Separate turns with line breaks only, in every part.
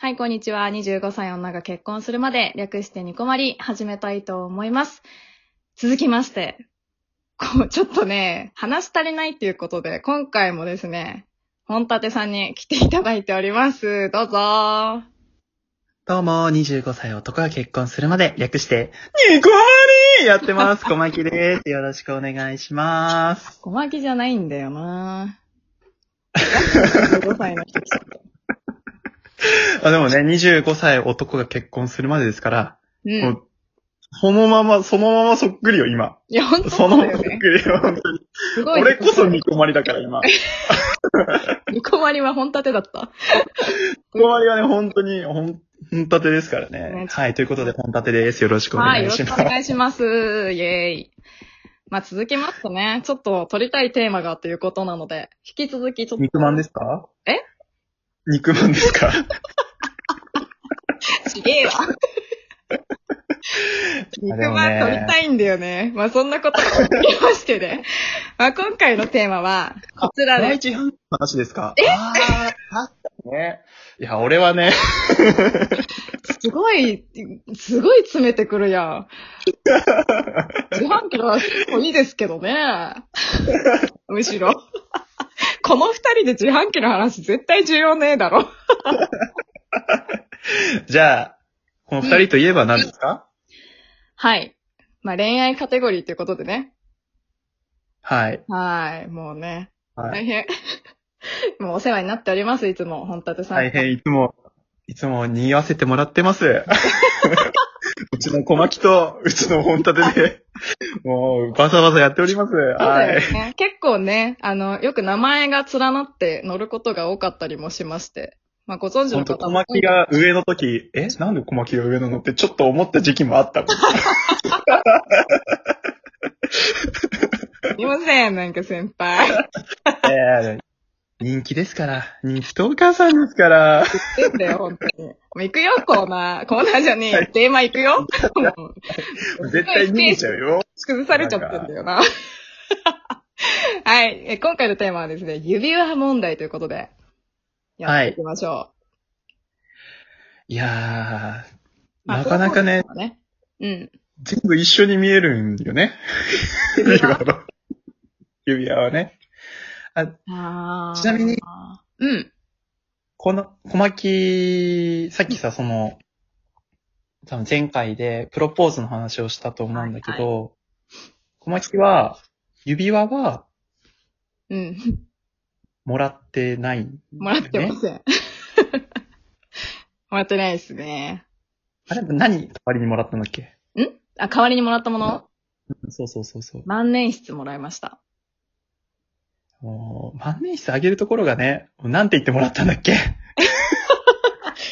はい、こんにちは。25歳女が結婚するまで、略してニコマリ、始めたいと思います。続きまして、こう、ちょっとね、話足りないっていうことで、今回もですね、本立さんに来ていただいております。どうぞー。
どうも、25歳男が結婚するまで、略して、ニコマリーやってます。小牧です。よろしくお願いします。
小牧じゃないんだよなぁ。25歳の人来ちゃった。
あでもね、25歳男が結婚するまでですから、
うん。
もう、そのまま、そのままそっくりよ、今。
いや、本当
そ
そ
の
う
ま
だ
ま
よ
そっ
ね。
くりよ、本当に。
すごい。
俺こそニコマリだから、今。ニ
ニコマリは本立てだった。
コマリはね、本当に、ほん、本立てですから
ね
ね。はい、ということで、本立てです。よろしくお
はい、よ
願い
ろ
し
し
ま
くお
す。
願いします。イェーイ。まあ、続きますとね、ちょっと取りたいテーマがということなので、引き続きちょっと。
肉まんですか
え
肉まんですか
すげえ わ。肉まん取りたいんだよね。まあ、そんなことが起きましてね。まあ、今回のテーマは、こちら
第
で
一半の話ですかえああ、確かにね。いや、俺はね、
す。すごい、すごい詰めてくるやん。自販機の話もいいですけど ね。むしろ。この二人で自販機の話絶対重要ねえだろ。
じゃあ、この二人といえば何ですか、
はい。まあ、恋愛カテゴリーということでね。
はい。
はい。もうね。
はい。
大変。 もうお世話になっております、いつも、本立さん。
大変、いつも、いつも似合わせてもらって ます。うちの小牧と、うちの本立てで、もう、バサバサやっております。
そうだ
は
よ
い。
ね。結構ね、あの、よく名前が連なって乗ることが多かったりもしまして。まあ、ご存知
ほん
の
と、
方
小
も。
牧が上の時、えなんで小牧が上なのってちょっと思った時期もあ ったもん。
すいません、なんか先輩。
ええ人気ですから。人気とお母さんですから。
言ってんだよ、本当に。もう行くよ、コーナー。コーナーじゃねえよ。テーマ行くよ。もう
絶対逃げちゃうよ。
崩されちゃってんだよな。 はい。え今回のテーマはですね、指輪問題ということで、やっていきましょ
いやー、
まあ
なかなかね
う。、ね。うん。
全部一緒に見えるんよね。
指
指輪
輪。
は。指輪はね。
あー
ちなみに。
うん。
この、小牧、さっきさ、その、多分前回でプロポーズの話をしたと思うんだけど、小牧は、指輪は
うん。
もらってないんだよね、
もらってません。 もらってないですね。
あれ何代わりにもらったんだっけ
あ、代わりにもらったもの
そうそうそうそう。
万年筆もらいました。
もう、万年筆あげるところがね、なんて言ってもらったんだっけ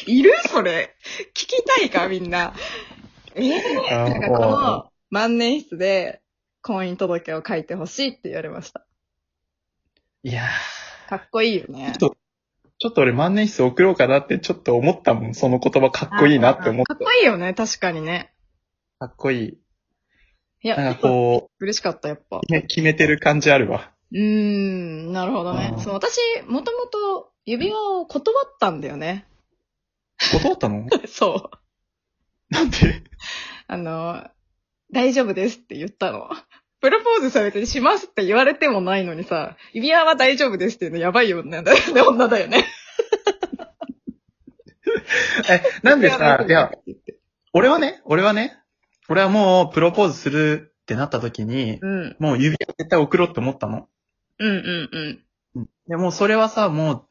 いるそれ。聞きたいかみんな。ええ なんかこの万年筆で婚姻届を書いてほしいって言われました。
いやー、
かっこいいよね。
ちょっと俺万年筆送ろうかなってちょっと思ったもん。その言葉かっこいいなって思っ
か
た
っ。こいいよね、確かにね。
かっこいい。
い
な
や
ん、かこ
嬉しかった、やっぱ。
う、ね、決めてる感じあるわ。
うーん、なるほどね
う。ん
そう、私、もともと指輪を断ったんだよね。
断った の
そう。
なんで
あの、大丈夫ですって言ったの。プロポーズされてしますって言われてもないのにさ、指輪は大丈夫ですっていうのやばい女だよね、女だよね。
え、なんでさ、い
指輪は
や
大丈夫ですって、言って
俺はね、俺はね、俺はもうプロポーズするってなった時に、
うん、
もう指輪絶対送ろうって思ったの。
うん、うん、うん。
でもうそれはさ、もう、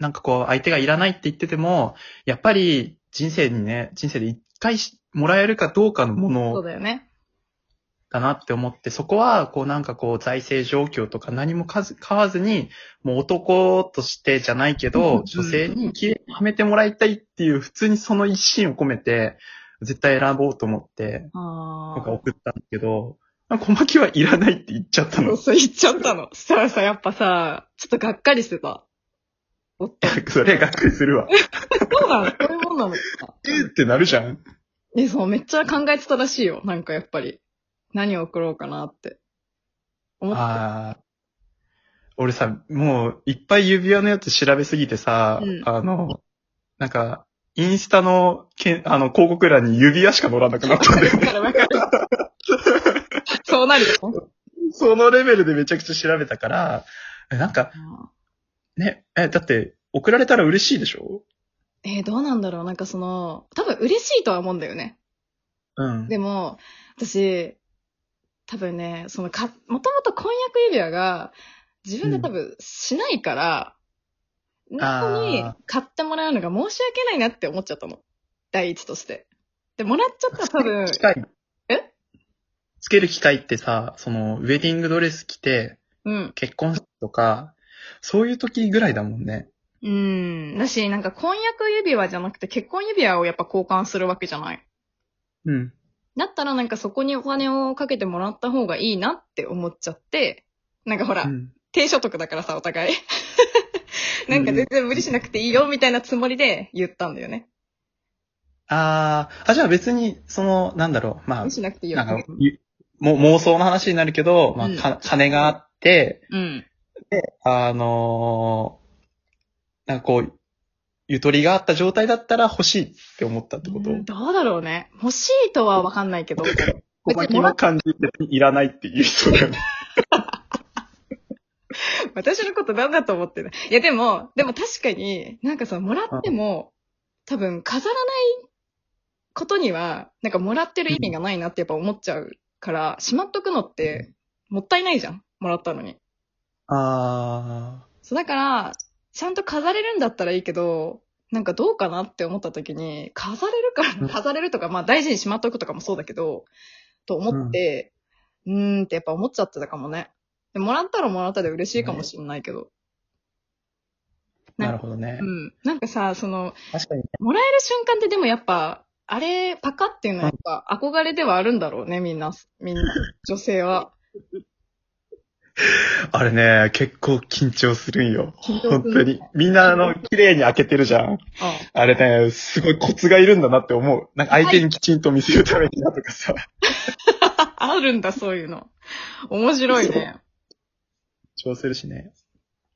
なんかこう、相手がいらないって言ってても、やっぱり人生にね、人生で一回しもらえるかどうかのも
そう
の
だよね。
だなって思って、そこは、こうなんかこう、財政状況とか何もかず買わずに、もう男としてじゃないけ
うんうん
ど、女性にきれいにはめてもらいたいっていう、普通にその一心を込めて、絶対選ぼうと思って、
あ
なんか
あ。
送ったんだけど、なんか小牧はいらないって言っちゃった
そ
の
う。そう、言っちゃったの。そしたらさ、やっぱさ、ちょっとがっかりしてた。夫
それがっくりするわ。
そうなのそういうもんなのかな。
えーってなるじゃん。
え、そう、めっちゃ考えてたらしいよ。なんかやっぱり。何を送ろうかなって。思った。
ああ。俺さ、もう、いっぱい指輪のやつ調べすぎてさ、
うん
あの、なんか、インスタのけ、あの、広告欄に指輪しか載らなくなったんだよ
だ
ね。
からわかる。 そう なるよ。
そのレベルでめちゃくちゃ調べたから、えなんか、ね、え、だって、送られたら嬉しいでしょ
えーどうなんだろうなんかその、多分嬉しいとは思うんだよね。
うん。
でも、私、多分ね、そのか、もともと婚約指輪が、自分で多分しないから、猫に
あ
買ってもらうのが申し訳ないなって思っちゃったの。第一として。で、もらっちゃったら多分、
機械。
え
つける機会ってさ、その、ウェディングドレス着て、
うん。
結婚式とか、そういう時ぐらいだもんね。
うん。だし、なんか婚約指輪じゃなくて結婚指輪をやっぱ交換するわけじゃない。
うん。
だったらなんかそこにお金をかけてもらった方がいいなって思っちゃって、なんかほら、
うん。
低所得だからさ、お互い。なんか全然無理しなくていいよ、みたいなつもりで言ったんだよね。
あー、あ、じゃあ別に、その、なんだろう、ま
無理しなくていい
あ、
よ。
なんか、ゆも妄想の話になるけど、まあ、
うん
か金があって、
うん。
あのーなんかこう、ゆとりがあった状態だったら欲しいって思ったってこと
うんどうだろうね。欲しいとはわかんないけど。
小牧の感じっていらないっていう人だよね。
私のことなんだと思ってる。いや、でも、でも確かに、なんかその、もらっても、多分飾らないことには、なんかもらってる意味がないなってやっぱ思っちゃうから、しまっとくのって、もったいないじゃん。もらったのに。
あ
そう、だから、ちゃんと飾れるんだったらいいけど、なんかどうかなって思った時に、飾れる
う
か
ん
ら、飾れるとか、まあ大事にしまっとくとかもそうだけど、と思って、うーんってやっぱ思っちゃってたかもね。でもらったらもらったで嬉しいかもしんないけど。
ー、なるほどね
う。ん。なんかさ、その、
確かにね。
もらえる瞬間ってでもやっぱ、あれ、パカっていうのはやっぱ憧れではあるんだろうね、みんな。みんな、女性は。
あれね、結構緊張するんよ。
緊張
本
す
当
る。
に。みんなあの、綺麗に開けてるじゃん。
う
あれね、すごいコツがいるんだなって思う。なんか相手にきちんと見せるためにだとかさ。
ん あるんだ、そういうの。面白いね。
調整るしね。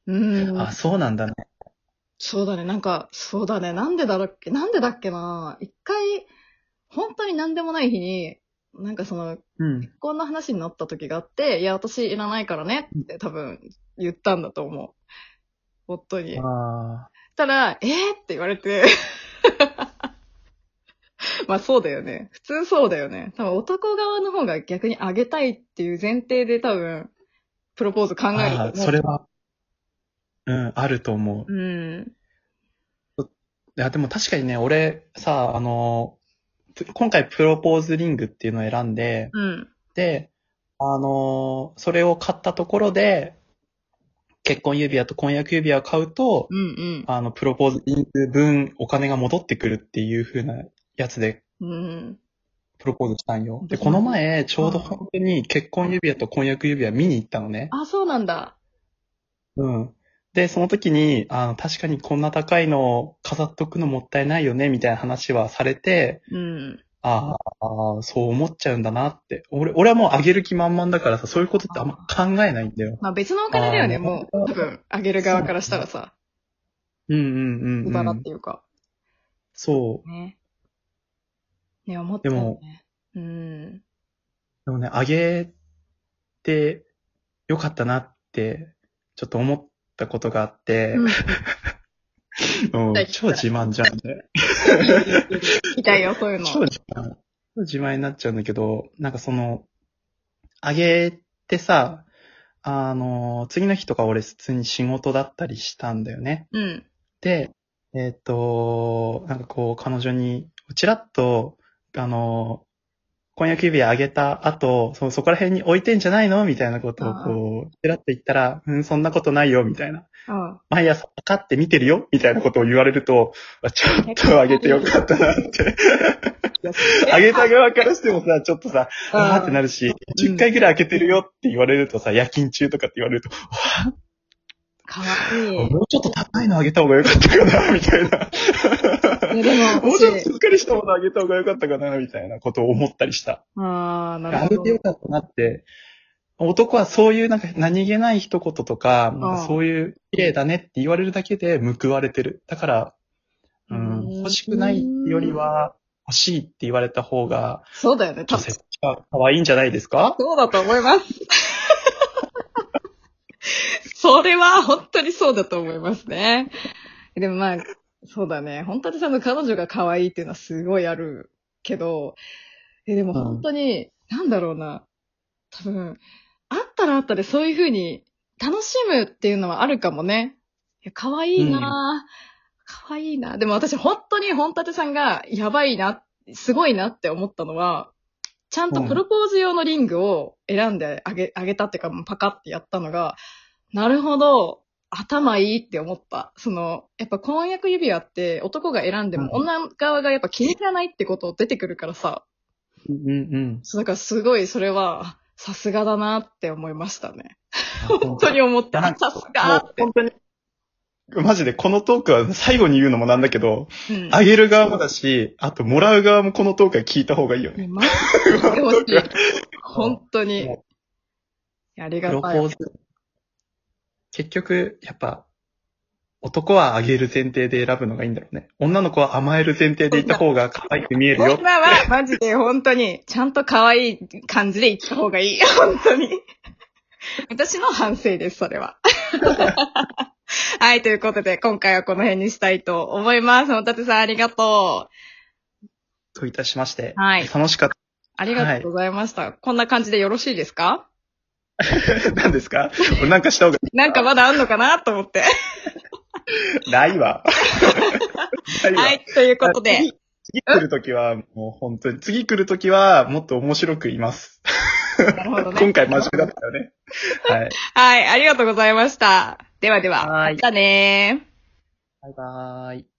うん。
あ、そうなんだね。
そうだね。なんか、そうだね。なんでだろっけなんでだっけな一回、本当になんでもない日に、なんかその、
うん。
こんな話になった時があって、いや、私いらないからねって多分言ったんだと思う。夫に。
あ
したら、えー、って言われて。 まあそうだよね。普通そうだよね。多分男側の方が逆にあげたいっていう前提で多分、プロポーズ考
ー
えると思
あ
う。
ー、それは、うん、あると思う。
うん。
いや、でも確かにね、俺、さ、あの、ぷ今回プロポーズリングっていうのを選んで、
うん。
で、あの、それを買ったところで、結婚指輪と婚約指輪を買うと、
うん
あの、プロポーズリング分お金が戻ってくるっていう風なやつで
うん。うん。
プロポーズしたんよ。で、この前、ちょうど本当に結婚指輪と婚約指輪見に行ったのね。
あ、そうなんだ。
うん。で、その時に、あの、確かにこんな高いのを飾っとくのもったいないよね、みたいな話はされて、
うん。
ああ、そう思っちゃうんだなって。俺、俺はもうあげる気満々だからさ、そういうことってあんま考えないんだよ。
まあ別のお金だよね、
あー
もう。多分、あげる側からしたらさ、
うんうんうん、
無駄だっていうか。
そう。
ね。ね、思ったよね。うん。
でもね、あげてよかったなって、ちょっと思ったことがあって、
うん
うん
はい
超自慢じゃん。
聞きたいよ、そういうの。
超自慢。超自慢になっちゃうんだけど、なんかその、あげてさ、あの、次の日とか俺普通に仕事だったりしたんだよね。
うん。
で、えーっ、と、なんかこう、彼女に、ちらっと、あの、婚約指輪あげた後、そのそこら辺に置いてんじゃないのみたいなことをこう、ちらっと言ったら、うん、そんなことないよ、みたいな。
あ
毎朝かって見てるよみたいなことを言われると、あちょっとあげてよかったなって。あげた側からしてもさ、ちょっとさ、わーってなるし、
うん
10回ぐらい開けてるよって言われるとさ、夜勤中とかって言われると、
かわ いい。
もうちょっと高いのあげた方がよかったかな、みたいな。
いやでも
もうちょっとしっかりしたものあげた方がよかったかな、みたいなことを思ったりした。
ああ、な
あ
る
げ
ほ
てよかったなって。男はそういうなんか何気ない一言とか、なんかそういう綺麗だねって言われるだけで報われてる。だから、
ど。
うん、の、欲しくないよりは、欲しいって言われた方が、
そうだよね、多
女
分
性が可愛いんじゃないですか
そうだと思います。それは本当にそうだと思いますね。でもまあ、そうだね。本当にその彼女が可愛いっていうのはすごいあるけど、えでも本当に、なんだろうな。多分、あったらあったでそういう風に楽しむっていうのはあるかもね。いや、可愛いなぁ、可愛いなぁでも私本当に本立さんがやばいな、すごいなって思ったのは、ちゃんとプロポーズ用のリングを選んであげ、あげたっていうか、もうパカってやったのが、なるほど、頭いいって思った。その、やっぱ婚約指輪って男が選んでも
うん
女側がやっぱ気に入らないってこと出てくるからさ、
うんうん。
そうだからすごいそれは、あさすがだなって思いましたね。本当に思った。
なん
さ
か
すが
も
っ
う本当に。マジでこのトークは最後に言うのもなんだけど、
て。うん
あげる側もだし、あともらう側もこのトークは聞いた方がいいよね。
マジで 言ってほしい本当に
も。
あり
プ
が
ロポ
たい
ー。ズ。結局、やっぱ、男はあげる前提で選ぶのがいいんだろうね。女の子は甘える前提でいた方が可愛く見えるよ。
女はマジで本当に、ちゃんと可愛い感じで行った方がい い。本当に。私の反省です、それは。 はい、ということで、今回はこの辺にしたいと思います。本立さん、ありがとう。
といたしまして。
はい
楽しかっ
ありがとうございました。こんな感じでよろしいですか
た。 何ですか俺なんかした方が
なんかまだあんのかなと思って。
な いわ。ないわ。
はい、ということで。
次次来るときは、もう本当に、次来るときは、もっと面白くいます。
なるほどね
今回真面目だったよね。はい。
はい、ありがとうございました。ではでは、
はい
またねー。
バイバーイ。